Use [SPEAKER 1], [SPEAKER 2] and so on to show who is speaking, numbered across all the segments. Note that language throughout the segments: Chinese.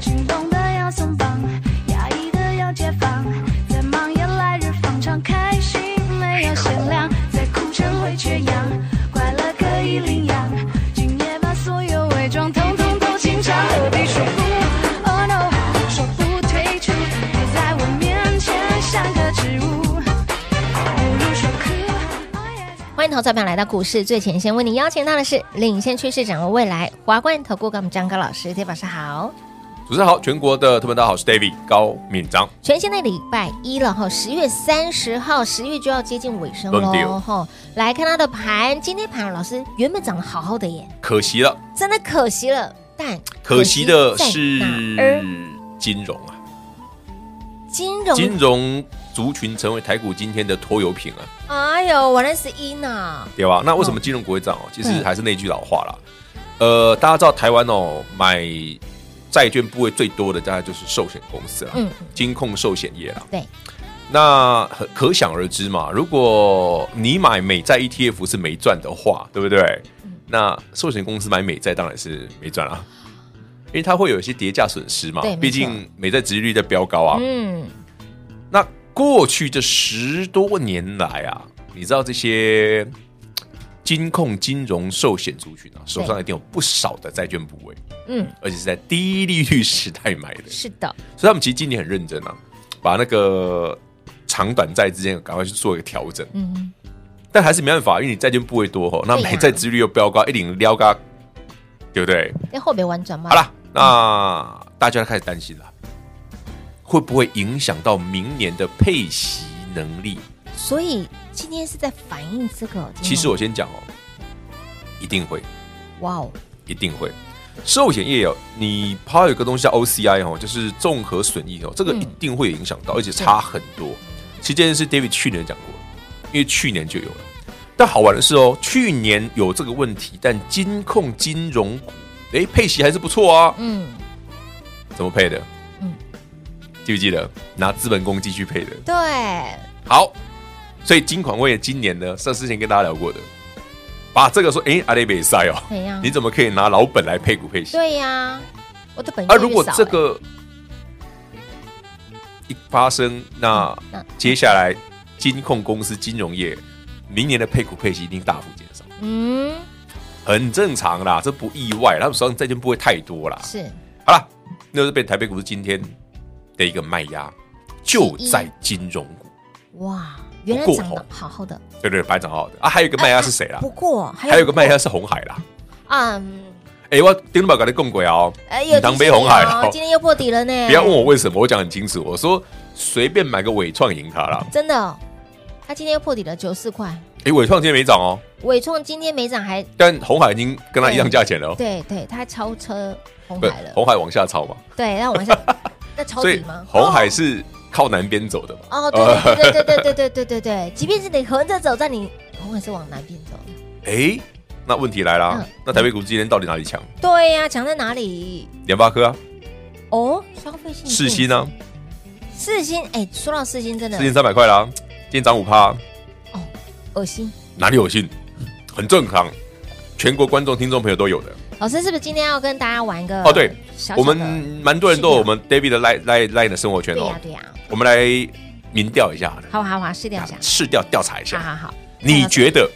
[SPEAKER 1] 紧绷的要松绑，压抑的要解放，再忙也来日方长，开心没有限量，再苦钱会缺氧，快乐可以领养，今夜把所有伪装统统都清场，何必说不？Oh no，说不退出，别在我面前像个植物，不如说哭。哎呀
[SPEAKER 2] 欢迎投资朋友来到股市最前线，为你邀请到的是领先趋势、掌握未来华冠投顾高敏章高老师，大家晚上好。
[SPEAKER 3] 主持人好，全国的特别大家好，我是 David 高敏章。
[SPEAKER 2] 全新的礼拜一了哈，十月三十号，十月就要接近尾声
[SPEAKER 3] 对
[SPEAKER 2] 喽
[SPEAKER 3] 哦
[SPEAKER 2] 哈。来看它的盘，今天盘老师原本涨得好好的耶，
[SPEAKER 3] 可惜了，
[SPEAKER 2] 真的可惜了，但
[SPEAKER 3] 可惜的
[SPEAKER 2] 在
[SPEAKER 3] 是
[SPEAKER 2] 哪儿
[SPEAKER 3] 金融啊，
[SPEAKER 2] 金融，
[SPEAKER 3] 金融族群成为台股今天的拖油瓶啊，
[SPEAKER 2] 哎呦，我认识一呢，
[SPEAKER 3] 对吧？那为什么金融股会涨哦？其实
[SPEAKER 2] 对
[SPEAKER 3] 还是那句老话啦，呃，大家知道台湾哦，买债券部位最多的大概就是寿险公司啦，
[SPEAKER 2] 嗯，
[SPEAKER 3] 金控寿险业啦。啊
[SPEAKER 2] 对，
[SPEAKER 3] 那很可想而知嘛，如果你买美债 ETF 是没赚的话，对不对？
[SPEAKER 2] 嗯
[SPEAKER 3] 那寿险公司买美债当然是没赚啊，因为它会有一些叠价损失嘛
[SPEAKER 2] 对没错。
[SPEAKER 3] 毕竟美债殖利率在飙高啊。
[SPEAKER 2] 嗯，
[SPEAKER 3] 那过去这十多年来啊，你知道这些金控、金融、寿险族群啊，手上一定有不少的债券部位，
[SPEAKER 2] 嗯，
[SPEAKER 3] 而且是在低利率时代买的。
[SPEAKER 2] 是的，
[SPEAKER 3] 所以他们其实今年很认真啊，把那个长短债之间赶快去做一个调整，
[SPEAKER 2] 嗯，
[SPEAKER 3] 但还是没办法，因为你债券部位多吼，那
[SPEAKER 2] 对呀
[SPEAKER 3] 美债殖率又飙高，一领撩高，对不对？
[SPEAKER 2] 在后边婉转嘛，
[SPEAKER 3] 好，了，那大家开始担心了，会不会影响到明年的配息能力？
[SPEAKER 2] 所以今天是在反映这个，
[SPEAKER 3] 其实我先讲哦，一定会，
[SPEAKER 2] 哇哦，
[SPEAKER 3] 一定会。寿险业哦，你抛有一个东西叫 OCI 哦，就是综合损益哦，这个
[SPEAKER 2] 嗯
[SPEAKER 3] 一定会有影响到，而且差很多。其实这件事 David 去年讲过，因为去年就有了。但好玩的是哦，去年有这个问题，但金控金融股，哎，配息还是不错啊。
[SPEAKER 2] 嗯，
[SPEAKER 3] 怎么配的？
[SPEAKER 2] 嗯
[SPEAKER 3] 嗯，记不记得拿资本公积去配的？
[SPEAKER 2] 对，
[SPEAKER 3] 好，所以金管会今年呢，上之前跟大家聊过的，把这个说，哎，阿雷比赛哦，
[SPEAKER 2] 怎样
[SPEAKER 3] 你？怎么可以拿老本来配股配息？
[SPEAKER 2] 对呀，我的本
[SPEAKER 3] 啊，
[SPEAKER 2] 金
[SPEAKER 3] 如果
[SPEAKER 2] 越少
[SPEAKER 3] 这
[SPEAKER 2] 欸
[SPEAKER 3] 个一发生，那
[SPEAKER 2] 嗯那
[SPEAKER 3] 接下来金控公司、金融业明年的配股配息一定大幅减少，
[SPEAKER 2] 嗯，
[SPEAKER 3] 很正常啦，这不意外，他们手上债券不会太多啦。
[SPEAKER 2] 是
[SPEAKER 3] 好啦，那就是被台北股市今天的一个卖压，就在金融股，
[SPEAKER 2] 哇，原来
[SPEAKER 3] 不过
[SPEAKER 2] 长得
[SPEAKER 3] 哦
[SPEAKER 2] 好好的，
[SPEAKER 3] 对对，白涨好好的啊，还有一个卖压是谁啦
[SPEAKER 2] 哎不？过还
[SPEAKER 3] 啊还有一个卖压是红海啦。
[SPEAKER 2] 嗯，
[SPEAKER 3] 哎、我顶多把你供鬼哦，
[SPEAKER 2] 哎有
[SPEAKER 3] 当
[SPEAKER 2] 提
[SPEAKER 3] 杯
[SPEAKER 2] 醒
[SPEAKER 3] 红
[SPEAKER 2] 你
[SPEAKER 3] 海
[SPEAKER 2] 哦
[SPEAKER 3] 哦
[SPEAKER 2] 今天又破底了呢，
[SPEAKER 3] 不要问我为什么，我讲很清楚，我说随便买个伟创赢它啦。
[SPEAKER 2] 真的，哦他今天又破底了九四块，
[SPEAKER 3] 哎、伟创今天没涨哦，
[SPEAKER 2] 伟创今天没涨还，
[SPEAKER 3] 但红海已经跟它一样价钱了哦，
[SPEAKER 2] 对对，他超车红
[SPEAKER 3] 不
[SPEAKER 2] 海了，
[SPEAKER 3] 红海往下抄嘛，
[SPEAKER 2] 对，那往 下，那抄
[SPEAKER 3] 所
[SPEAKER 2] 底
[SPEAKER 3] 以
[SPEAKER 2] 吗？
[SPEAKER 3] 红海是靠南边走的嘛。
[SPEAKER 2] 哦，对对对对对对对对对对，即便是你横着走，但你红海是往南边走的，
[SPEAKER 3] 哎、那问题来啦，
[SPEAKER 2] 嗯
[SPEAKER 3] 那台北股今天到底哪里强？
[SPEAKER 2] 对呀，强在哪里？
[SPEAKER 3] 联发科啊，
[SPEAKER 2] 哦，消费性
[SPEAKER 3] 世新啊，
[SPEAKER 2] 嗯四星，哎，说到四星真的
[SPEAKER 3] 世新三百块啦，今天涨五趴啊、
[SPEAKER 2] 恶心。
[SPEAKER 3] 哪里有信？很正常，全国观众、听众朋友都有的。
[SPEAKER 2] 老师是不是今天要跟大家玩一个？
[SPEAKER 3] 哦对
[SPEAKER 2] 小小的
[SPEAKER 3] 我们蛮多人都有我们 David 的 Line Line Line 的生活圈
[SPEAKER 2] 对
[SPEAKER 3] 哦
[SPEAKER 2] 呀，对呀，
[SPEAKER 3] 我们来民调一下，
[SPEAKER 2] 好好好，试掉一下，
[SPEAKER 3] 啊试调调查一
[SPEAKER 2] 好
[SPEAKER 3] 下，
[SPEAKER 2] 好好，
[SPEAKER 3] 你觉得？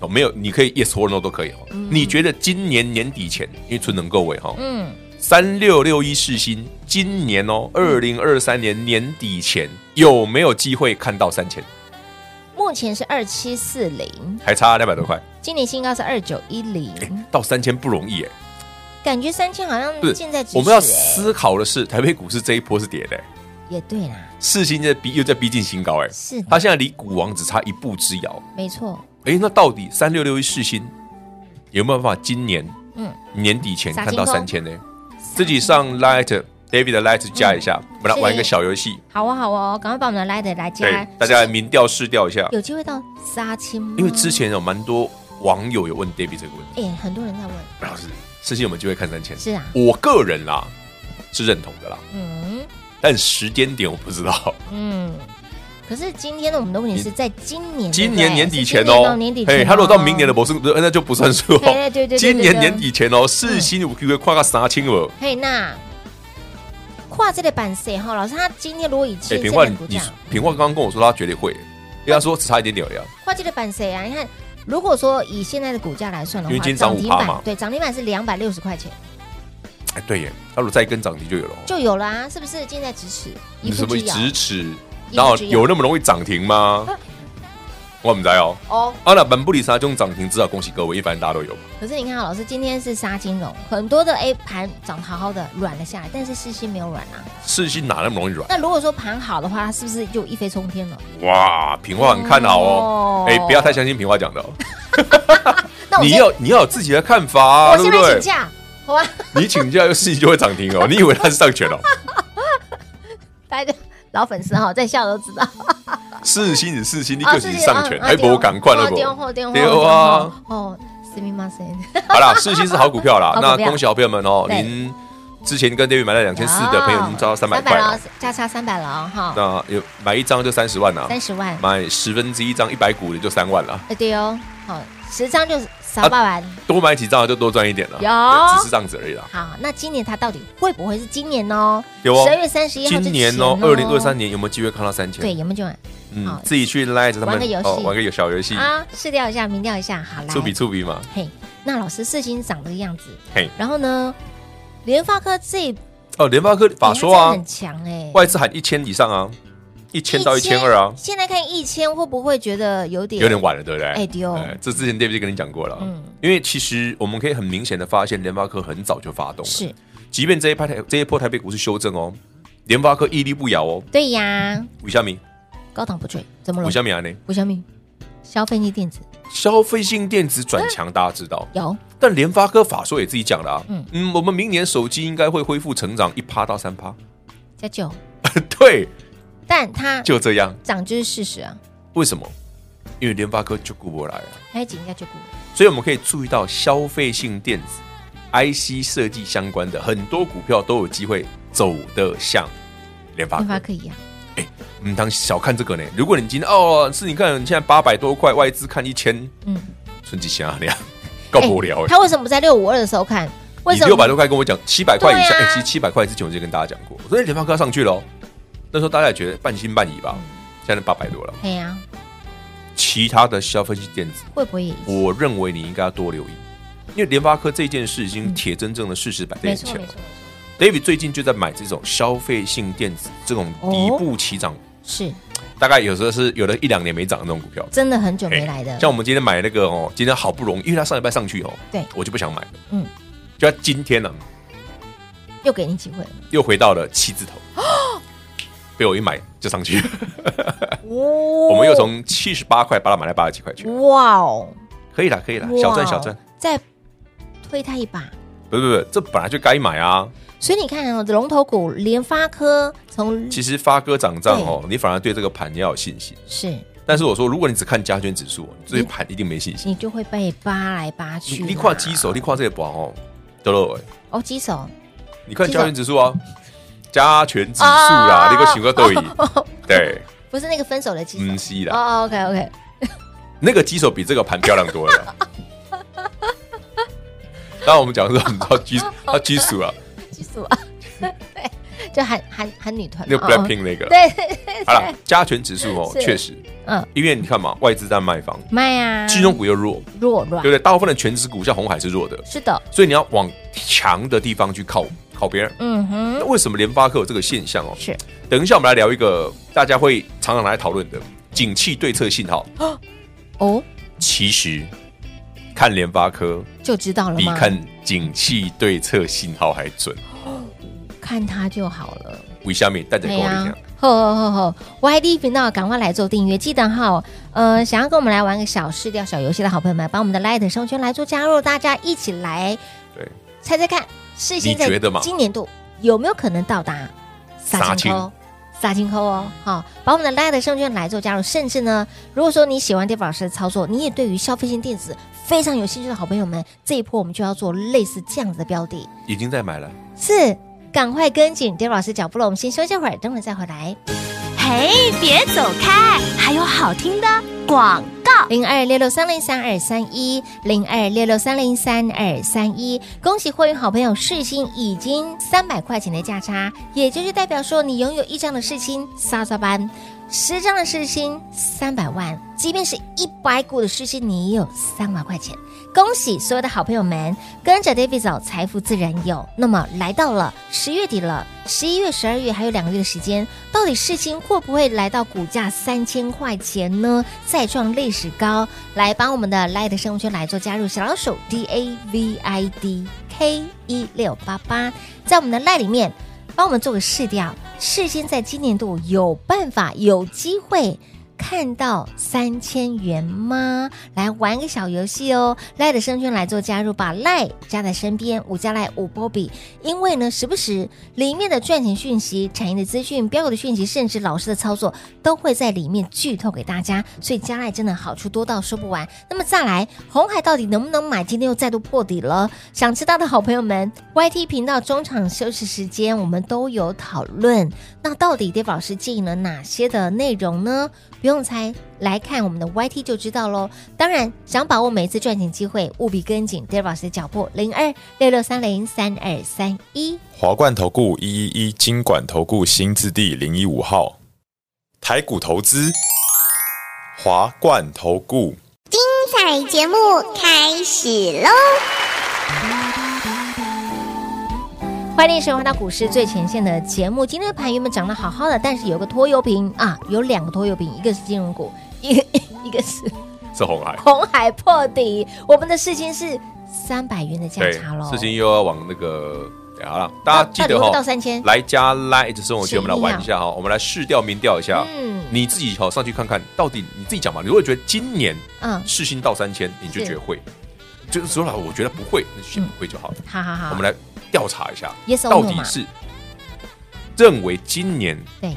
[SPEAKER 3] 哦，没有，你可以 yes or no 都可以哦。
[SPEAKER 2] 嗯
[SPEAKER 3] 你觉得今年年底前，因为春能够尾哈，
[SPEAKER 2] 嗯，
[SPEAKER 3] 三六六一世新今年哦，二零二三年年底前有没有机会看到三千？
[SPEAKER 2] 目前是二七四零，
[SPEAKER 3] 还差两百多块，哎
[SPEAKER 2] 今年新高是二九一零，
[SPEAKER 3] 到三千不容易哎。
[SPEAKER 2] 感觉三千好像
[SPEAKER 3] 不是
[SPEAKER 2] 近在咫尺、欸。
[SPEAKER 3] 我们要思考的是，台北股市这一波是跌的欸，
[SPEAKER 2] 也对啦，
[SPEAKER 3] 四星在逼又在逼近新高、哎，
[SPEAKER 2] 是的
[SPEAKER 3] 它现在离股王只差一步之遥。
[SPEAKER 2] 没错，
[SPEAKER 3] 哎、那到底三六六一世新有没有办法今年
[SPEAKER 2] 嗯，哦
[SPEAKER 3] 年底前
[SPEAKER 2] 撒
[SPEAKER 3] 看
[SPEAKER 2] 金
[SPEAKER 3] 到
[SPEAKER 2] 钩
[SPEAKER 3] 三千呢？自己上 Light David 的
[SPEAKER 2] 嗯
[SPEAKER 3] Light 加一下，我们来
[SPEAKER 2] 是
[SPEAKER 3] 玩一个小游戏，
[SPEAKER 2] 好哦，好哦，赶快把我们的 Light 来加
[SPEAKER 3] 对，，大家来民调试调一下。
[SPEAKER 2] 有机会到杀青吗？
[SPEAKER 3] 因为之前有蛮多网友有问 David 这个问题，
[SPEAKER 2] 哎、很多人在问，
[SPEAKER 3] 老师，世新我们就会看三千，
[SPEAKER 2] 是啊，
[SPEAKER 3] 我个人啦是认同的啦，
[SPEAKER 2] 嗯
[SPEAKER 3] 但时间点我不知道，
[SPEAKER 2] 嗯。可是今天呢，我们的问题是在今年，
[SPEAKER 3] 今
[SPEAKER 2] 对
[SPEAKER 3] 年
[SPEAKER 2] 不对
[SPEAKER 3] 年底
[SPEAKER 2] 是
[SPEAKER 3] 前
[SPEAKER 2] 今年
[SPEAKER 3] 哦
[SPEAKER 2] 到，年底前
[SPEAKER 3] 嘿
[SPEAKER 2] 哦，
[SPEAKER 3] 他如果到明年的博士，那就不算数哦。
[SPEAKER 2] 对对对对对
[SPEAKER 3] 今年年底前哦，世新五 Q 会跨个三千了。
[SPEAKER 2] 嘿，那跨这个板谁哈？老师，他今天如果以
[SPEAKER 3] 哎，
[SPEAKER 2] 前
[SPEAKER 3] 平
[SPEAKER 2] 这
[SPEAKER 3] 话
[SPEAKER 2] 个
[SPEAKER 3] 你
[SPEAKER 2] 股
[SPEAKER 3] 你
[SPEAKER 2] 价，
[SPEAKER 3] 平话刚刚跟我说他绝对会，因为他说只差一点点而已啊。
[SPEAKER 2] 跨这个板谁啊？你看，如果说以现在的股价来算的
[SPEAKER 3] 因为今
[SPEAKER 2] 话，
[SPEAKER 3] 天涨
[SPEAKER 2] 涨
[SPEAKER 3] 5%
[SPEAKER 2] 停板
[SPEAKER 3] 嘛
[SPEAKER 2] 对涨停板是两百六十块钱
[SPEAKER 3] 哎，对耶，他如果再跟涨停就有了哦。
[SPEAKER 2] 就有啦、是不是？近在咫尺，一
[SPEAKER 3] 你
[SPEAKER 2] 步
[SPEAKER 3] 什么
[SPEAKER 2] 之遥。
[SPEAKER 3] 咫尺？
[SPEAKER 2] 一
[SPEAKER 3] 然后
[SPEAKER 2] 步之遥啊
[SPEAKER 3] 有那么容易涨停吗？我们在哦。
[SPEAKER 2] 哦，
[SPEAKER 3] 啊，那本布里沙中涨停，至少恭喜各位，一般大家都有嘛。
[SPEAKER 2] 可是你看啊，老师今天是杀金融，很多的 A 盘涨得好好的软了下来，但是世新没有软啊。
[SPEAKER 3] 世新哪那么容易软？
[SPEAKER 2] 那如果说盘好的话，它是不是就一飞冲天了？
[SPEAKER 3] 哇，平话很看好
[SPEAKER 2] 哦
[SPEAKER 3] 哦。哎，不要太相信平话讲的哦，
[SPEAKER 2] 那我
[SPEAKER 3] 你
[SPEAKER 2] 先
[SPEAKER 3] 要你要有自己的看法啊，
[SPEAKER 2] 我
[SPEAKER 3] 对不
[SPEAKER 2] 先来
[SPEAKER 3] 对
[SPEAKER 2] 请？假，好吧？
[SPEAKER 3] 你请假，事情就会涨停哦。你以为它是上权哦？
[SPEAKER 2] 大家老粉丝哈，在笑都知道。
[SPEAKER 3] 四星是四星，你
[SPEAKER 2] 啊
[SPEAKER 3] 个是上权，还
[SPEAKER 2] 对
[SPEAKER 3] 不
[SPEAKER 2] 哦
[SPEAKER 3] 赶快了
[SPEAKER 2] 哦
[SPEAKER 3] 不？
[SPEAKER 2] 电话电话
[SPEAKER 3] 对啊！
[SPEAKER 2] 哦，すみません。
[SPEAKER 3] 好啦，四星是好股票啦
[SPEAKER 2] 好。股
[SPEAKER 3] 那
[SPEAKER 2] 票
[SPEAKER 3] 恭喜好朋友们哦，
[SPEAKER 2] 对
[SPEAKER 3] 您之前跟 David 买了两千四的朋友，已
[SPEAKER 2] 哦
[SPEAKER 3] 经赚到三百块
[SPEAKER 2] 了
[SPEAKER 3] 了。，
[SPEAKER 2] 价差三百了哦哈，
[SPEAKER 3] 那有买一张就三十万啦，
[SPEAKER 2] 三十万。
[SPEAKER 3] 买十分之一张一百股的就三万啦，
[SPEAKER 2] 哎，对哦，好，十张就少八万。
[SPEAKER 3] 多买几张就多赚一点了。
[SPEAKER 2] 有
[SPEAKER 3] 对只是这样子而已啦。
[SPEAKER 2] 好，那今年它到底会不会是今年哦？
[SPEAKER 3] 有哦
[SPEAKER 2] 十二月三十一号之
[SPEAKER 3] 今年
[SPEAKER 2] 前
[SPEAKER 3] 哦，二零二三年有没有机会看到三千？
[SPEAKER 2] 对，，有没有就好
[SPEAKER 3] 嗯，自己去拉着他们
[SPEAKER 2] 玩个游戏
[SPEAKER 3] 哦玩个有小游戏，
[SPEAKER 2] 啊？试掉一下，明调一下，好来
[SPEAKER 3] 触。笔触笔嘛。
[SPEAKER 2] 嘿，那老师事情长这个样子，
[SPEAKER 3] 嘿，
[SPEAKER 2] 然后呢，联发科这一
[SPEAKER 3] 哦，联发科法说
[SPEAKER 2] 哎它真的
[SPEAKER 3] 啊，
[SPEAKER 2] 很强哎，
[SPEAKER 3] 外资喊一千以上啊，一千到一千二啊，
[SPEAKER 2] 现在看一千会不会觉得有点
[SPEAKER 3] 有点晚了，对不对？
[SPEAKER 2] 哎对哦
[SPEAKER 3] 哎这之前 David 就跟你讲过了，
[SPEAKER 2] 嗯
[SPEAKER 3] 嗯，因为其实我们可以很明显的发现，联发科很早就发动了，
[SPEAKER 2] 是，
[SPEAKER 3] 即便这一波台这一波台北股市修正哦，联发科屹立不摇哦，
[SPEAKER 2] 对呀，
[SPEAKER 3] 五下米，
[SPEAKER 2] 高档不追，怎么了
[SPEAKER 3] 五？下米啊呢？
[SPEAKER 2] 吴小敏，消费力电子
[SPEAKER 3] 消费性电子转强，大家知道，
[SPEAKER 2] 有
[SPEAKER 3] 但联发科法说也自己讲了啊，
[SPEAKER 2] 嗯
[SPEAKER 3] 嗯我们明年手机应该会恢复成长一趴到三趴，
[SPEAKER 2] 加九，
[SPEAKER 3] 对，
[SPEAKER 2] 但它
[SPEAKER 3] 就这样，
[SPEAKER 2] 涨就是事实啊，
[SPEAKER 3] 为什么？因为联发科就顾不来了。
[SPEAKER 2] 还紧一下就股，
[SPEAKER 3] 所以我们可以注意到消费性电子、IC 设计相关的很多股票都有机会走得像联发
[SPEAKER 2] 联发
[SPEAKER 3] 科。
[SPEAKER 2] 科一样，
[SPEAKER 3] 嗯，当小看这个呢，如果你今天哦，是你看你现在八百多块，外资看一千，
[SPEAKER 2] 嗯，
[SPEAKER 3] 春季想量啊 够无聊哎。
[SPEAKER 2] 他为什么不在六五二的时候看？为
[SPEAKER 3] 你
[SPEAKER 2] 什么
[SPEAKER 3] 六百多块跟我讲七百块以下，
[SPEAKER 2] 对
[SPEAKER 3] 哎、
[SPEAKER 2] 啊
[SPEAKER 3] 其实七百块之前我就跟大家讲过，所以联发科要上去喽。那时候大家也觉得半信半疑
[SPEAKER 2] 嗯
[SPEAKER 3] 吧，现在八百多了。
[SPEAKER 2] 哎呀，
[SPEAKER 3] 其他的消费性电子
[SPEAKER 2] 会不会也一起？
[SPEAKER 3] 我认为你应该要多留意，因为联发科这件事已经铁铮铮的事实摆在
[SPEAKER 2] 没
[SPEAKER 3] 眼
[SPEAKER 2] 错
[SPEAKER 3] 前
[SPEAKER 2] 嗯没
[SPEAKER 3] 了
[SPEAKER 2] 错，。没错
[SPEAKER 3] David 最近就在买这种消费性电子这种底部起涨，
[SPEAKER 2] 是
[SPEAKER 3] 大概有时候是有的一两年没涨的那种股票。
[SPEAKER 2] 真的很久
[SPEAKER 3] 哎
[SPEAKER 2] 没来的，
[SPEAKER 3] 像我们今天买那个哦，今天好不容易，因为它上礼拜上去哦，
[SPEAKER 2] 对
[SPEAKER 3] 我就不想买了。
[SPEAKER 2] 嗯
[SPEAKER 3] 嗯，就在今天呢、
[SPEAKER 2] 又给你机会了。
[SPEAKER 3] 又回到了七字头，
[SPEAKER 2] 哦
[SPEAKER 3] 被我一买就上去，
[SPEAKER 2] 我
[SPEAKER 3] 我们又从七十八块把它买到八十几块去，
[SPEAKER 2] 哦哇哦，
[SPEAKER 3] 可以啦，可以啦，
[SPEAKER 2] 哇哦
[SPEAKER 3] 啊小赚小赚。，
[SPEAKER 2] 再推他一把。
[SPEAKER 3] 不不不，这本来就该买啊。
[SPEAKER 2] 所以你看哦，龙头股联发科从
[SPEAKER 3] 其实发哥涨涨哦，你反而对这个盘要有信心。
[SPEAKER 2] 是
[SPEAKER 3] 但是我说，如果你只看加权指数，你对盘一定没信心。
[SPEAKER 2] 你就会被扒来扒去
[SPEAKER 3] 你
[SPEAKER 2] 啦，
[SPEAKER 3] 你跨基手，你跨这个盘哦，对不对？
[SPEAKER 2] 哦，鸡手
[SPEAKER 3] 你看加权指数啊，加权指数
[SPEAKER 2] 哦
[SPEAKER 3] 啦，你个情况对 对，
[SPEAKER 2] 不是那个分手的鸡
[SPEAKER 3] 嗯
[SPEAKER 2] 手。
[SPEAKER 3] 是啦，
[SPEAKER 2] 哦，OK OK，
[SPEAKER 3] 那个基手比这个盘漂亮多了。 当然我们讲的是很到 基到基础啊，
[SPEAKER 2] 鸡手啊， 对，就韩韩韩女团
[SPEAKER 3] 那个
[SPEAKER 2] 哦
[SPEAKER 3] Blackpink 那个，
[SPEAKER 2] 对对对，
[SPEAKER 3] 好了，加权指数哦，
[SPEAKER 2] 是
[SPEAKER 3] 确实，
[SPEAKER 2] 嗯，
[SPEAKER 3] 因为你看嘛，外资在卖方，
[SPEAKER 2] 卖啊，
[SPEAKER 3] 金融股又弱，
[SPEAKER 2] 弱软
[SPEAKER 3] 对不，对？大部分的全指股像红海是弱的，
[SPEAKER 2] 是的，
[SPEAKER 3] 所以你要往强的地方去靠靠别人。
[SPEAKER 2] 嗯
[SPEAKER 3] 那
[SPEAKER 2] 哼，
[SPEAKER 3] 为什么联发科有这个现象哦？
[SPEAKER 2] 是
[SPEAKER 3] 等一下我们来聊一个大家会常常拿来讨论的景气对策信号。
[SPEAKER 2] 哦，
[SPEAKER 3] 其实看联发科
[SPEAKER 2] 就知道了
[SPEAKER 3] 比
[SPEAKER 2] 吗？
[SPEAKER 3] 看景气对策信号还准。
[SPEAKER 2] 看它就好了，
[SPEAKER 3] 为下面带着
[SPEAKER 2] 哎
[SPEAKER 3] 跟我一样，
[SPEAKER 2] 吼吼吼吼！YD 频道赶快来做订阅，记得哈，呃，想要跟我们来玩个小试调、小游戏的好朋友们，把我们的 Light 生圈来做加入，大家一起来
[SPEAKER 3] 对，
[SPEAKER 2] 猜猜看，世新在
[SPEAKER 3] 你觉得嘛
[SPEAKER 2] 今年度有没有可能到达
[SPEAKER 3] 撒
[SPEAKER 2] 金
[SPEAKER 3] 金
[SPEAKER 2] 扣？撒金扣哦，好，把我们的 Light 生圈来做加入，甚至呢，如果说你喜欢 d a v 老师的操作，你也对于消费性电子非常有兴趣的好朋友们，这一波我们就要做类似这样子的标的，
[SPEAKER 3] 已经在买了。
[SPEAKER 2] 是赶快跟紧 d a v 老师脚步了。我们先休息会儿，等会儿再回来。
[SPEAKER 4] 嘿，别走开，还有好听的广告。
[SPEAKER 2] 零二六六三零三二三一零二六六三零三二三一。恭喜会员好朋友世新已经三百块钱的价差，也就是代表说你拥有一张的世新沙沙班，十张的世新三百万，即便是一百股的世新，你也有三万块钱。恭喜所有的好朋友们，跟着 David 走，财富自然有。那么来到了十月底了，十一月、十二月还有两个月的时间，到底世新会不会来到股价三千块钱呢？再创历史高，来帮我们的 Light 生物圈来做加入，小老鼠 D A V I D K 一六八八，在我们的 Light 里面帮我们做个试调，世新在今年度有办法、有机会。看到三千元吗？来玩个小游戏哦，赖的生圈来做加入，把赖加在身边，五加赖五波比。因为呢，时不时里面的赚钱讯息、产业的资讯、标股的讯息，甚至老师的操作，都会在里面剧透给大家。所以加赖真的好处多到说不完。那么再来，红海到底能不能买？今天又再度破底了。想知道的好朋友们，YT 频道中场休息时间，我们都有讨论。那到底 d a v 老师建议了哪些的内容呢？不用猜，来看我们的 YT 就知道喽。当然，想把握每一次赚钱机会，务必跟紧 d a v 老师的脚步，零二六六三零三二三一。
[SPEAKER 5] 华冠投顾一一一金管投顾新字第零一五号，台股投资，华冠投顾。
[SPEAKER 6] 彩节目开始喽！
[SPEAKER 2] 欢迎收看到股市最前线的节目。今天的盘原本涨得好好的，但是有个拖油瓶啊，有两个拖油瓶，一个是金融股， 一个一个是
[SPEAKER 3] 是红海，
[SPEAKER 2] 红海破底。我们的事情是三百元的价
[SPEAKER 3] 对，
[SPEAKER 2] 差喽，
[SPEAKER 3] 事情又要往那个。等一下啦，大家记
[SPEAKER 2] 到底
[SPEAKER 3] 得哦
[SPEAKER 2] 会不
[SPEAKER 3] 哈
[SPEAKER 2] 会到3000，
[SPEAKER 3] 来加 Light 生活圈，
[SPEAKER 2] 是
[SPEAKER 3] 我们来玩一下哈，我们来试调民调一下，
[SPEAKER 2] 嗯
[SPEAKER 3] 你自己好上去看看，到底你自己讲嘛。你如果觉得今年
[SPEAKER 2] 嗯，
[SPEAKER 3] 世新到三千，你就是觉得会，就是说了，我觉得不会，那就先不会就好了。
[SPEAKER 2] 好好好，
[SPEAKER 3] 我们来调查一下
[SPEAKER 2] Yes or no
[SPEAKER 3] 到底
[SPEAKER 2] 嗯嘛
[SPEAKER 3] 是认为今年
[SPEAKER 2] 对，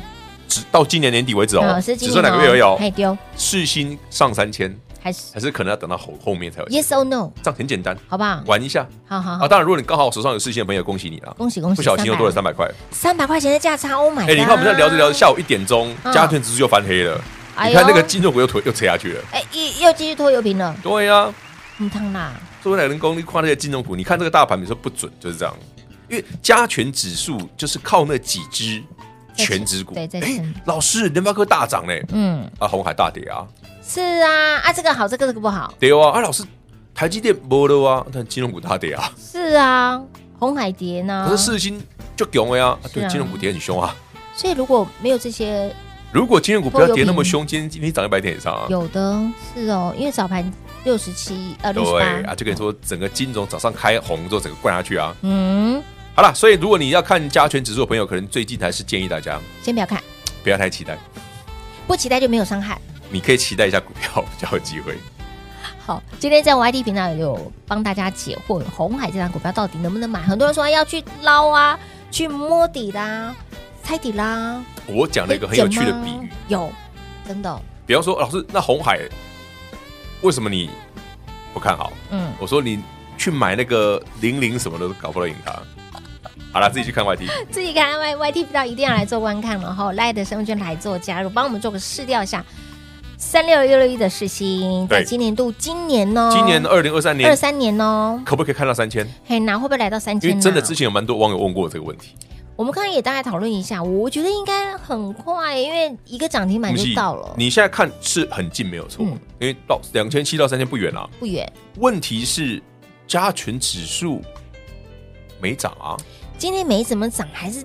[SPEAKER 3] 直到今年年底为止
[SPEAKER 2] 老
[SPEAKER 3] 哦，
[SPEAKER 2] 师
[SPEAKER 3] 只剩两个月而已哦
[SPEAKER 2] 可，以丢
[SPEAKER 3] 世新上三千，
[SPEAKER 2] 还是
[SPEAKER 3] 还是可能要等到后后面才有。
[SPEAKER 2] yes 哦 or no，
[SPEAKER 3] 这样很简单，
[SPEAKER 2] 好不好？
[SPEAKER 3] 玩一下
[SPEAKER 2] 好好
[SPEAKER 3] 啊！
[SPEAKER 2] 好，
[SPEAKER 3] 当然，如果你刚好手上有世新的朋友，恭喜你啦！
[SPEAKER 2] 恭喜恭喜，
[SPEAKER 3] 不小心又多了三
[SPEAKER 2] 百
[SPEAKER 3] 百块。
[SPEAKER 2] 三百块钱的价差，Oh my！
[SPEAKER 3] 哎，你看我们在聊着聊着，
[SPEAKER 2] 笑，
[SPEAKER 3] 下午一点钟，
[SPEAKER 2] 嗯
[SPEAKER 3] 加权指数就翻黑了。
[SPEAKER 2] 哎
[SPEAKER 3] 你
[SPEAKER 2] 呦
[SPEAKER 3] 看那个金融股又推又垂下去了。
[SPEAKER 2] 哎，一又继续拖油瓶了，
[SPEAKER 3] 对啊呀，
[SPEAKER 2] 嗯，烫啦，
[SPEAKER 3] 作为两人功力跨那些金融股，你看这个大盘，你说不准就是这样，因为加权指数就是靠那几只全指股。
[SPEAKER 2] 对，在
[SPEAKER 3] 哎
[SPEAKER 2] 撑，
[SPEAKER 3] 老师，联发科大涨嘞，
[SPEAKER 2] 嗯，
[SPEAKER 3] 啊，红海大跌啊，
[SPEAKER 2] 是啊，啊，这个好，这个这个不好，
[SPEAKER 3] 跌啊，啊，老师，台积电没了啊，但金融股大跌啊，
[SPEAKER 2] 是啊，红海蝶呢？
[SPEAKER 3] 可是世新就囧了呀，啊
[SPEAKER 2] 嗯是
[SPEAKER 3] 对，
[SPEAKER 2] 啊
[SPEAKER 3] 金融股跌很凶啊。
[SPEAKER 2] 所以如果没有这些，
[SPEAKER 3] 如果金融股不要跌那么凶，今天今天涨一百点以上啊。
[SPEAKER 2] 有的是哦，因为早盘六十七呃六
[SPEAKER 3] 对
[SPEAKER 2] 十
[SPEAKER 3] 啊，
[SPEAKER 2] 八，
[SPEAKER 3] 就跟你说，整个金融早上开红之后，整个灌下去啊。
[SPEAKER 2] 嗯，
[SPEAKER 3] 好了，所以如果你要看加权指数的朋友，可能最近还是建议大家
[SPEAKER 2] 先不要看，
[SPEAKER 3] 不要太期待，
[SPEAKER 2] 不期待就没有伤害。
[SPEAKER 3] 你可以期待一下股票比较有机会。
[SPEAKER 2] 好，今天在我 ID 频道也有帮大家解惑，红海这张股票到底能不能买？很多人说哎要去捞啊，去摸底啦，猜底啦，
[SPEAKER 3] 我讲了一个很有趣的比
[SPEAKER 2] 可以
[SPEAKER 3] 喻
[SPEAKER 2] 捡吗，有真的，哦
[SPEAKER 3] 比方说，老师，那红海为什么你不看好？
[SPEAKER 2] 嗯，
[SPEAKER 3] 我说你去买那个零零什么的，都搞不到赢它。好了，自己去看外地。
[SPEAKER 2] 自己看 Y Y T 频道一定要来做观看，然后 Light 的身份证来做加入，帮我们做个试调一下。三六六六一的世新，在
[SPEAKER 3] 对
[SPEAKER 2] 今年度，今年哦，
[SPEAKER 3] 今年二零二三
[SPEAKER 2] 二
[SPEAKER 3] 年
[SPEAKER 2] 三年哦，
[SPEAKER 3] 可不可以看到三千？
[SPEAKER 2] 很难会不会来到三
[SPEAKER 3] 因
[SPEAKER 2] 千、
[SPEAKER 3] 为
[SPEAKER 2] 呢？
[SPEAKER 3] 真的之前有蛮多网友问过我这个问题。
[SPEAKER 2] 我们刚刚也大概讨论一下，我觉得应该很快，因为一个涨停板就到了，
[SPEAKER 3] 你现在看是很近没有错，
[SPEAKER 2] 嗯
[SPEAKER 3] 因为到两千七到三千不远啊。
[SPEAKER 2] 不远。
[SPEAKER 3] 问题是加权指数没涨啊，
[SPEAKER 2] 今天没怎么涨，还是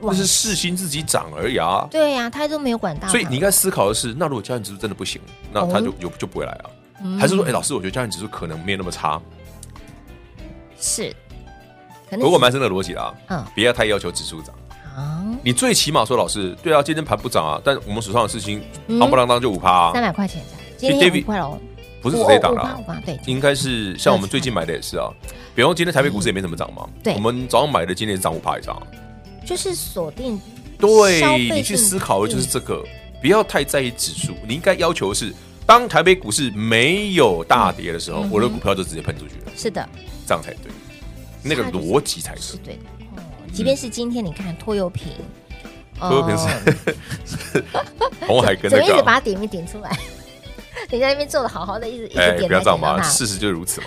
[SPEAKER 3] 那
[SPEAKER 2] 往
[SPEAKER 3] 是世新自己涨而已啊。
[SPEAKER 2] 对啊呀、他都没有管到嘛。
[SPEAKER 3] 所以你应该思考的是，那如果加权指数真的不行，那
[SPEAKER 2] 哦
[SPEAKER 3] 它就有就不会来啊。
[SPEAKER 2] 嗯
[SPEAKER 3] 还是说，哎，老师，我觉得加权指数可能没有那么差。
[SPEAKER 2] 是，可能
[SPEAKER 3] 如果蛮深的逻辑啦，
[SPEAKER 2] 嗯
[SPEAKER 3] 不要太要求指数涨。
[SPEAKER 2] 啊，
[SPEAKER 3] 你最起码说老师，对啊，今天盘不涨啊，但我们手上的事情
[SPEAKER 2] 嗯
[SPEAKER 3] 夯不啷当就五趴啊
[SPEAKER 2] 三，百块钱的，今天也
[SPEAKER 3] David-
[SPEAKER 2] 五块了哦，
[SPEAKER 3] 不是直接打了
[SPEAKER 2] 五
[SPEAKER 3] 啊
[SPEAKER 2] 五，八对，
[SPEAKER 3] 应该是像我们最近买的也是啊。比方说今天台北股市也没怎么涨嘛，
[SPEAKER 2] 对
[SPEAKER 3] 我们早上买的今天也涨五趴以上啊。
[SPEAKER 2] 就是锁定消费
[SPEAKER 3] 对
[SPEAKER 2] 性嗯
[SPEAKER 3] 你去思考的就是这个，不要太在意指数，你应该要求的是，当台北股市没有大跌的时
[SPEAKER 2] 嗯
[SPEAKER 3] 候，我的股票就直接喷出去了，
[SPEAKER 2] 是的，
[SPEAKER 3] 这样才对，那个逻辑才
[SPEAKER 2] 是
[SPEAKER 3] 是。
[SPEAKER 2] 对的。哦，即便是今天你看拖油瓶，拖
[SPEAKER 3] 嗯油瓶是 红海跟
[SPEAKER 2] 怎么
[SPEAKER 3] 那
[SPEAKER 2] 一直
[SPEAKER 3] 个
[SPEAKER 2] 把
[SPEAKER 3] 啊，
[SPEAKER 2] 它点名点出来？ 你在那边做的好好的，一直一直
[SPEAKER 3] 哎
[SPEAKER 2] 点，来
[SPEAKER 3] 不要
[SPEAKER 2] 点
[SPEAKER 3] 这样
[SPEAKER 2] 到
[SPEAKER 3] 嘛，
[SPEAKER 2] 它。
[SPEAKER 3] 事实就是如此嘛。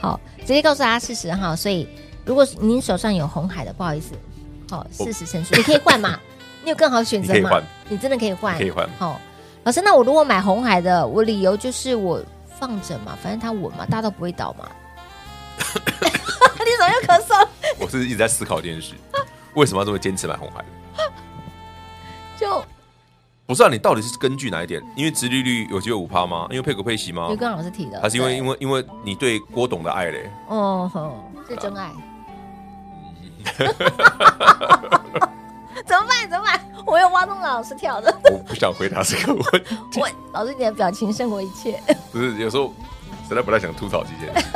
[SPEAKER 2] 好，直接告诉大家事实哈。所以，如果您手上有红海的，不好意思，好，事实陈述，你可以换嘛，你有更好的选择
[SPEAKER 3] 你可以
[SPEAKER 2] 嘛
[SPEAKER 3] 换？
[SPEAKER 2] 你真的可以换，
[SPEAKER 3] 你可以换
[SPEAKER 2] 好，老师，那我如果买红海的，我理由就是我放着嘛，反正它稳嘛，大到不会倒 嘛。你怎么又咳嗽？
[SPEAKER 3] 我是一直在思考这件事，为什么要这么坚持买红海？
[SPEAKER 2] 就
[SPEAKER 3] 不是啊，你到底是根据哪一点？因为殖利率有只有五趴吗？因为配股配息吗
[SPEAKER 2] 你？刚老师提的，
[SPEAKER 3] 哦还是因为因
[SPEAKER 2] 为
[SPEAKER 3] 为因为你对郭董的爱嘞？
[SPEAKER 2] 哦，吼是真爱。
[SPEAKER 3] 嗯
[SPEAKER 2] 怎么办？怎么办？我又挖洞老师跳的，
[SPEAKER 3] 我不想回答这个问题，
[SPEAKER 2] 我老师你的表情胜过一切。
[SPEAKER 3] 不是有时候实在不太想吐槽这件事。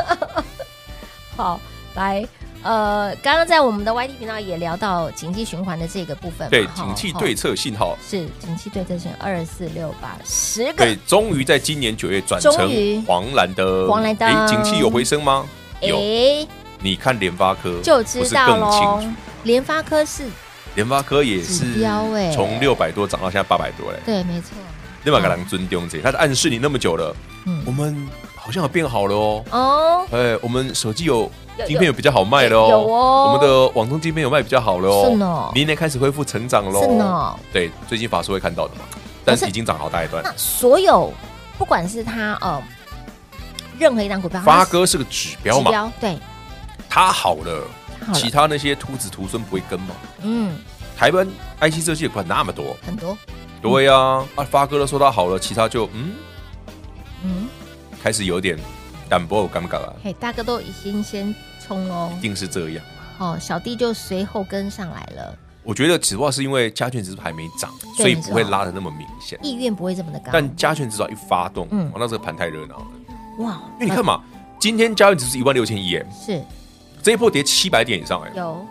[SPEAKER 2] 好，来，呃，刚刚在我们的 YT 频道也聊到景气循环的这个部分嘛，
[SPEAKER 3] 对，
[SPEAKER 2] 哈
[SPEAKER 3] 景气
[SPEAKER 2] 哈
[SPEAKER 3] 对策信号，
[SPEAKER 2] 是景气对，这是二四六八十个
[SPEAKER 3] 对，终于在今年九月转
[SPEAKER 2] 终于
[SPEAKER 3] 成黄蓝灯。
[SPEAKER 2] 黄蓝灯
[SPEAKER 3] 诶景气有回升吗？有。
[SPEAKER 2] 哎，
[SPEAKER 3] 你看联发科
[SPEAKER 2] 就知
[SPEAKER 3] 不是
[SPEAKER 2] 道
[SPEAKER 3] 更清
[SPEAKER 2] 喽
[SPEAKER 3] 楚。。
[SPEAKER 2] 联发科是
[SPEAKER 3] 联发科也
[SPEAKER 2] 指
[SPEAKER 3] 是
[SPEAKER 2] 标诶
[SPEAKER 3] 从六百多涨到现在八百多嘞。
[SPEAKER 2] 对，没错，
[SPEAKER 3] 另外一个人尊重这，他暗示你那么久了，
[SPEAKER 2] 嗯
[SPEAKER 3] 我们好像有变好了哦。
[SPEAKER 2] 哦，
[SPEAKER 3] 哎，我们手机有
[SPEAKER 2] 有
[SPEAKER 3] 晶片有比较好卖了哦，
[SPEAKER 2] 有哦
[SPEAKER 3] 我们的网通晶片有卖比较好了哦，
[SPEAKER 2] 是呢
[SPEAKER 3] 明年开始恢复成长喽，
[SPEAKER 2] 是呢
[SPEAKER 3] 对，最近法说会看到的嘛，但是已经涨好大一段。
[SPEAKER 2] 那所有不管是它呃任何一档股票，
[SPEAKER 3] 发
[SPEAKER 2] 它
[SPEAKER 3] 哥是个指标
[SPEAKER 2] 指
[SPEAKER 3] 嘛，
[SPEAKER 2] 标对，
[SPEAKER 3] 他好了，
[SPEAKER 2] 好
[SPEAKER 3] 其
[SPEAKER 2] 了，
[SPEAKER 3] 他那些徒子徒孙不会跟嘛。
[SPEAKER 2] 嗯，
[SPEAKER 3] 台湾 IC 设计的款那么多，
[SPEAKER 2] 很多，
[SPEAKER 3] 对呀、啊，发哥都说他好了，其他就嗯
[SPEAKER 2] 嗯，
[SPEAKER 3] 开始有点淡薄尴尬了，
[SPEAKER 2] 嘿，大哥都已经先冲喽
[SPEAKER 3] 一，定是这样。
[SPEAKER 2] 哦，小弟就随后跟上来了。
[SPEAKER 3] 我觉得只不过是因为加权指数还没涨，
[SPEAKER 2] 对
[SPEAKER 3] 所以
[SPEAKER 2] 没错
[SPEAKER 3] 不会拉的那么明显。
[SPEAKER 2] 意愿不会这么的高。
[SPEAKER 3] 但加权指数一发动，
[SPEAKER 2] 嗯
[SPEAKER 3] 哇，那这个盘太热闹了。
[SPEAKER 2] 哇，
[SPEAKER 3] 因为你看嘛，今天加权指数一万六千一，哎，
[SPEAKER 2] 是
[SPEAKER 3] 这一波跌七百点以上，哎，
[SPEAKER 2] 有，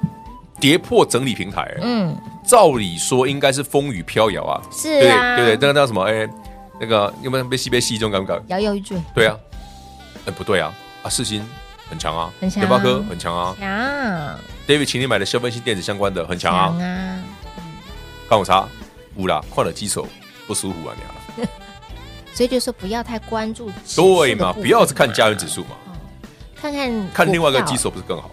[SPEAKER 3] 跌破整理平台，哎，
[SPEAKER 2] 嗯，
[SPEAKER 3] 照理说应该是风雨飘摇啊，
[SPEAKER 2] 是
[SPEAKER 3] 对
[SPEAKER 2] 啊，
[SPEAKER 3] 对对，那个叫什么？哎，那个有没有被吸被吸这种感觉？
[SPEAKER 2] 摇摇欲坠
[SPEAKER 3] 对啊，哎不对啊，啊世新很强啊，
[SPEAKER 2] 很强啊
[SPEAKER 3] 联发科很强啊
[SPEAKER 2] 呀，
[SPEAKER 3] ，David 请你买的消费性电子相关的很强
[SPEAKER 2] 强
[SPEAKER 3] 啊，
[SPEAKER 2] 啊，
[SPEAKER 3] 刚有差，有啦，换了几手不舒服啊你啊，
[SPEAKER 2] 所以就说不要太关注指数
[SPEAKER 3] 对
[SPEAKER 2] 的
[SPEAKER 3] 嘛，
[SPEAKER 2] 部分啊
[SPEAKER 3] 不要只看加元指，数嘛，
[SPEAKER 2] 看看
[SPEAKER 3] 看另外一个
[SPEAKER 2] 股票啊
[SPEAKER 3] 基，手不是更好？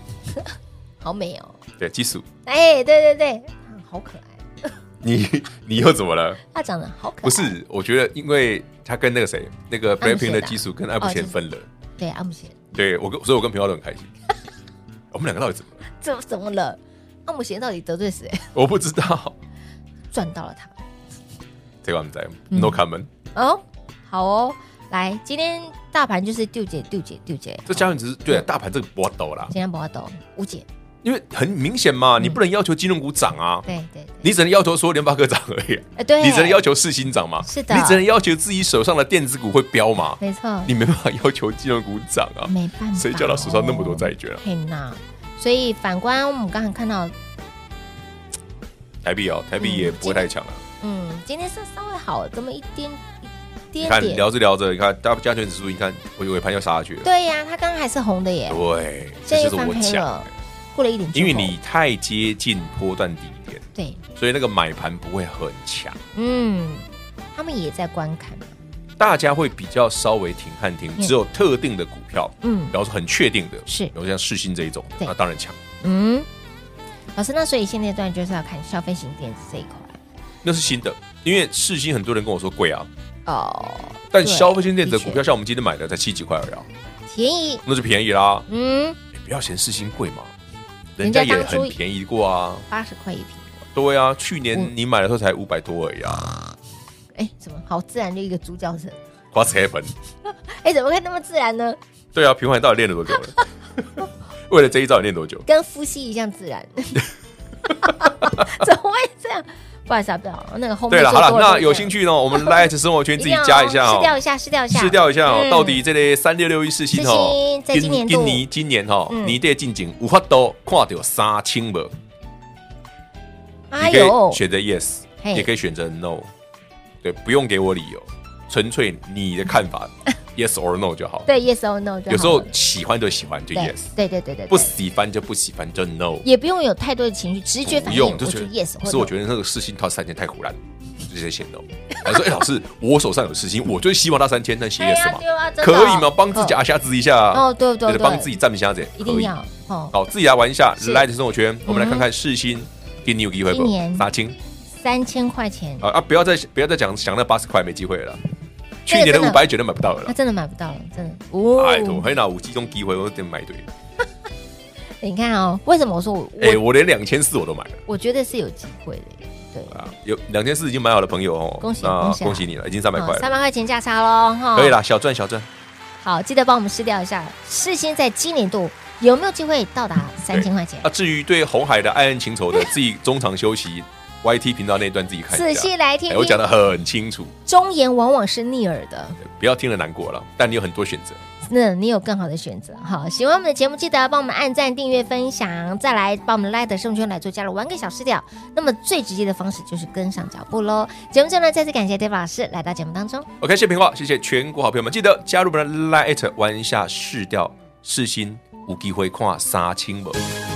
[SPEAKER 2] 好美哦，
[SPEAKER 3] 对，基础
[SPEAKER 2] 哎，对对对，啊好可爱，
[SPEAKER 3] 你 你又怎么了？
[SPEAKER 2] 他长得好可爱，
[SPEAKER 3] 不是，我觉得因为他跟那个谁，那个 Blackpink 的基础跟
[SPEAKER 2] 哦
[SPEAKER 3] 艾普贤分了，
[SPEAKER 2] 对阿姆贤，
[SPEAKER 3] 对我跟所以我跟平浩都很开心， 我们两个到底怎么了？
[SPEAKER 2] 这怎么了？阿姆贤到底得罪谁？
[SPEAKER 3] 我不知道，
[SPEAKER 2] 赚到了他。
[SPEAKER 3] 这个我们在
[SPEAKER 2] 嗯
[SPEAKER 3] No comment。
[SPEAKER 2] 哦，好哦，来，今天大盘就是丢姐丢姐丢姐，
[SPEAKER 3] 这加权指数
[SPEAKER 2] 嗯
[SPEAKER 3] 对啊大盘这个波抖啦，
[SPEAKER 2] 今天不要抖，五姐，
[SPEAKER 3] 因为很明显嘛，你不能要求金融股涨啊，
[SPEAKER 2] 嗯对对对，
[SPEAKER 3] 你只能要求说联发科涨而已，
[SPEAKER 2] 哎对，
[SPEAKER 3] 你只能要求世新涨嘛，
[SPEAKER 2] 是的
[SPEAKER 3] 你只能要求自己手上的电子股会飙嘛，
[SPEAKER 2] 没错，
[SPEAKER 3] 你没办法要求金融股涨啊，
[SPEAKER 2] 没办法、哦
[SPEAKER 3] 谁叫他手上那么多债券啊？
[SPEAKER 2] 嘿呐，所以反观我们刚才看到，
[SPEAKER 3] 台币哦，台币也不会太强了。
[SPEAKER 2] 嗯，今天是稍微好这么一点一
[SPEAKER 3] 你
[SPEAKER 2] 点
[SPEAKER 3] 看
[SPEAKER 2] 点，
[SPEAKER 3] 聊着聊着，你看大加权指数，你看我以为盘要杀下去了，
[SPEAKER 2] 对呀、它刚刚还是红的耶，
[SPEAKER 3] 对，
[SPEAKER 2] 这
[SPEAKER 3] 就
[SPEAKER 2] 一
[SPEAKER 3] 是
[SPEAKER 2] 翻
[SPEAKER 3] 我
[SPEAKER 2] 黑
[SPEAKER 3] 讲
[SPEAKER 2] 了
[SPEAKER 3] 的，
[SPEAKER 2] 过了一点之
[SPEAKER 3] 哦因
[SPEAKER 2] 后，
[SPEAKER 3] 为你太接近波段低点，
[SPEAKER 2] 对，
[SPEAKER 3] 所以那个买盘不会很强。
[SPEAKER 2] 嗯，他们也在观看，
[SPEAKER 3] 大家会比较稍微停看停，
[SPEAKER 2] 嗯
[SPEAKER 3] 只有特定的股票，
[SPEAKER 2] 嗯
[SPEAKER 3] 比方说很确定的，
[SPEAKER 2] 是
[SPEAKER 3] 比如像世新这一种的，
[SPEAKER 2] 对
[SPEAKER 3] 那当然强。
[SPEAKER 2] 嗯，老师，那所以现阶段就是要看消费型电子这一块
[SPEAKER 3] 那是新的，因为世新很多人跟我说贵啊，
[SPEAKER 2] 哦，
[SPEAKER 3] 但
[SPEAKER 2] 对
[SPEAKER 3] 消费性电子的股
[SPEAKER 2] 的
[SPEAKER 3] 票像我们今天买的才七几块而已、啊，
[SPEAKER 2] 确便宜，
[SPEAKER 3] 那就便宜啦。
[SPEAKER 2] 嗯，
[SPEAKER 3] 你不要嫌世新贵嘛，人
[SPEAKER 2] 人家
[SPEAKER 3] 家也
[SPEAKER 2] 当初
[SPEAKER 3] 很便宜过啊。
[SPEAKER 2] 八十块一瓶。
[SPEAKER 3] 对啊，去年
[SPEAKER 2] 嗯
[SPEAKER 3] 你买的时候才五百多而已啊。
[SPEAKER 2] 哎，怎么好自然就一个猪叫声？
[SPEAKER 3] What's happen？
[SPEAKER 2] 哎，怎么会那么自然呢？
[SPEAKER 3] 对啊， 平环到底练了多久了？为了这一招你练多久？
[SPEAKER 2] 跟呼吸一样自然。 怎么会这样？不好意思啊，不要那个后面
[SPEAKER 3] 对了，好
[SPEAKER 2] 做
[SPEAKER 3] 了，
[SPEAKER 2] 多
[SPEAKER 3] 那有兴
[SPEAKER 2] 趣
[SPEAKER 3] 趣呢，我们 Light 生活圈自己加一下
[SPEAKER 2] 试掉
[SPEAKER 3] 哦
[SPEAKER 2] 一，下，试掉一下，
[SPEAKER 3] 试掉一下哦，
[SPEAKER 2] 嗯
[SPEAKER 3] 到底这类三六六一四星哦，
[SPEAKER 2] 四星在今年度
[SPEAKER 3] 今年今年哈
[SPEAKER 2] 嗯，
[SPEAKER 3] 你得进景五法度看到三千无，
[SPEAKER 2] 哎
[SPEAKER 3] 你可
[SPEAKER 2] 呦
[SPEAKER 3] 以，选择 yes，
[SPEAKER 2] 嘿
[SPEAKER 3] 也可以选择 no，对，不用给我理由，纯粹你的 看法 yes or no 就好。
[SPEAKER 2] 对 yes or no，就好了
[SPEAKER 3] 有时候喜欢就喜欢就
[SPEAKER 2] 对
[SPEAKER 3] yes，
[SPEAKER 2] 对对对对，
[SPEAKER 3] 不
[SPEAKER 2] 对
[SPEAKER 3] 喜欢就不喜欢就 no，
[SPEAKER 2] 也不用有太多的情绪，直觉
[SPEAKER 3] 不
[SPEAKER 2] 反应，
[SPEAKER 3] 用
[SPEAKER 2] 我
[SPEAKER 3] 觉
[SPEAKER 2] 就
[SPEAKER 3] 得
[SPEAKER 2] yes 或
[SPEAKER 3] 是我
[SPEAKER 2] no
[SPEAKER 3] 觉得那个事情他三天太胡乱，就直接写 no。他说：“哎，老师，我手上有事情，我就希望他三天，但写
[SPEAKER 2] 哎呀
[SPEAKER 3] yes 嘛
[SPEAKER 2] 对啊真的，
[SPEAKER 3] 可以吗？帮自己
[SPEAKER 2] 哦
[SPEAKER 3] 压瞎子一下，
[SPEAKER 2] 哦对对对
[SPEAKER 3] 啊帮自己站一下子，
[SPEAKER 2] 一
[SPEAKER 3] 可
[SPEAKER 2] 定
[SPEAKER 3] 以啊
[SPEAKER 2] 要哦，
[SPEAKER 3] 好，自己来玩一下
[SPEAKER 2] 是
[SPEAKER 3] Light 生活圈。我们来看看世新给你有机会不
[SPEAKER 2] 今年？
[SPEAKER 3] 杀青
[SPEAKER 2] 三千块钱，
[SPEAKER 3] 啊啊！不要再不要再讲想那八十块没机会了啦，去
[SPEAKER 2] 这个
[SPEAKER 3] 年的
[SPEAKER 2] 真
[SPEAKER 3] 五
[SPEAKER 2] 的
[SPEAKER 3] 百九都买不到了
[SPEAKER 2] 他
[SPEAKER 3] 啦。
[SPEAKER 2] 真的买不到了，真的哦
[SPEAKER 3] 哎，我还拿五 G 中机会，我得买对。
[SPEAKER 2] 你看哦，为什么我说我
[SPEAKER 3] 哎，
[SPEAKER 2] 我
[SPEAKER 3] 我连两千四我都买了。”
[SPEAKER 2] 我觉得是有机会的，对，
[SPEAKER 3] 啊，有两千四已经买好的朋友哦，
[SPEAKER 2] 恭喜
[SPEAKER 3] 那
[SPEAKER 2] 恭喜啊
[SPEAKER 3] 恭喜你了，已经三百块
[SPEAKER 2] 三哦
[SPEAKER 3] 了，
[SPEAKER 2] 百块钱价差喽哈，
[SPEAKER 3] 可以啦，小赚小赚，
[SPEAKER 2] 好，记得帮我们试掉一下，事先在今年度有没有机会到达三千块钱？
[SPEAKER 3] 啊，至于对红海的爱恨情仇的，自己中场休息 YT 频道那一段自己看
[SPEAKER 2] 仔
[SPEAKER 3] 一
[SPEAKER 2] 细
[SPEAKER 3] 下，
[SPEAKER 2] 来听
[SPEAKER 3] 哎我讲
[SPEAKER 2] 听，
[SPEAKER 3] 的很清楚，
[SPEAKER 2] 忠言往往是逆耳的，
[SPEAKER 3] 对不要听了难过了，但你有很多选择。
[SPEAKER 2] 那你有更好的选择。好，喜欢我们的节目，记得帮我们按赞、订阅、分享，再来帮我们 Light 的生活圈来做加入，玩个小试掉。那么最直接的方式就是跟上脚步喽。节目最后呢，再次感谢 David 老师来到节目当中。
[SPEAKER 3] OK，谢谢平话，谢谢全国好朋友们，记得加入我们的 Lite 玩一下试调试新，无机会看杀青吧。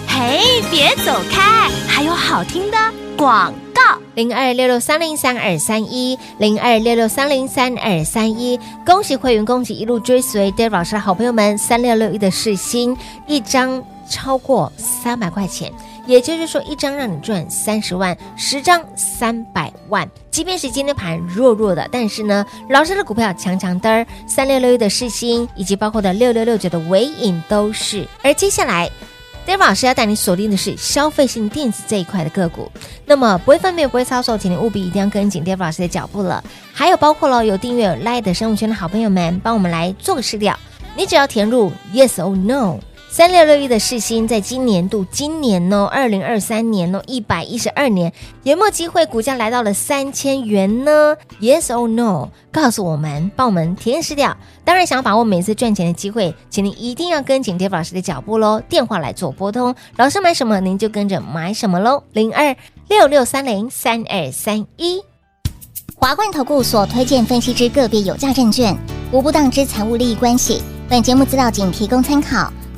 [SPEAKER 4] 嘿，别走开，还有好听的广告。
[SPEAKER 2] 零二六六三零三二三一，零二六六三零三二三一。恭喜会员，恭喜一路追随 Dave 老师的好朋友们，三六六一的试新一张超过三百块钱。也就是说，一张让你赚三十万，十张三百万。即便是今天盘弱弱的，但是呢，老师的股票强强的儿，三六六一的世新，以及包括的六六六九的尾影都是。而接下来，Dave 老师要带你锁定的是消费性电子这一块的个股。那么不会分辨、不会操作，请你务必一定要跟紧 Dave 老师的脚步了。还有包括了有订阅有 Light 的生物圈的好朋友们，帮我们来做个试调。你只要填入 Yes or No。三六六一的世新，在今年度，今年哦，二零二三年哦，一百一十二年，有没有机会股价来到了三千元呢？Yes or no？告诉我们，帮我们填试掉。当然，想把握每次赚钱的机会，请您一定要跟紧 Dave 老师的脚步喽。电话来做拨通，老师买什么您就跟着买什么喽。零二六六三零三二三一。
[SPEAKER 6] 华冠投顾所推荐分析之个别有价证券，无不当之财务利益关系。本节目资料仅提供参考，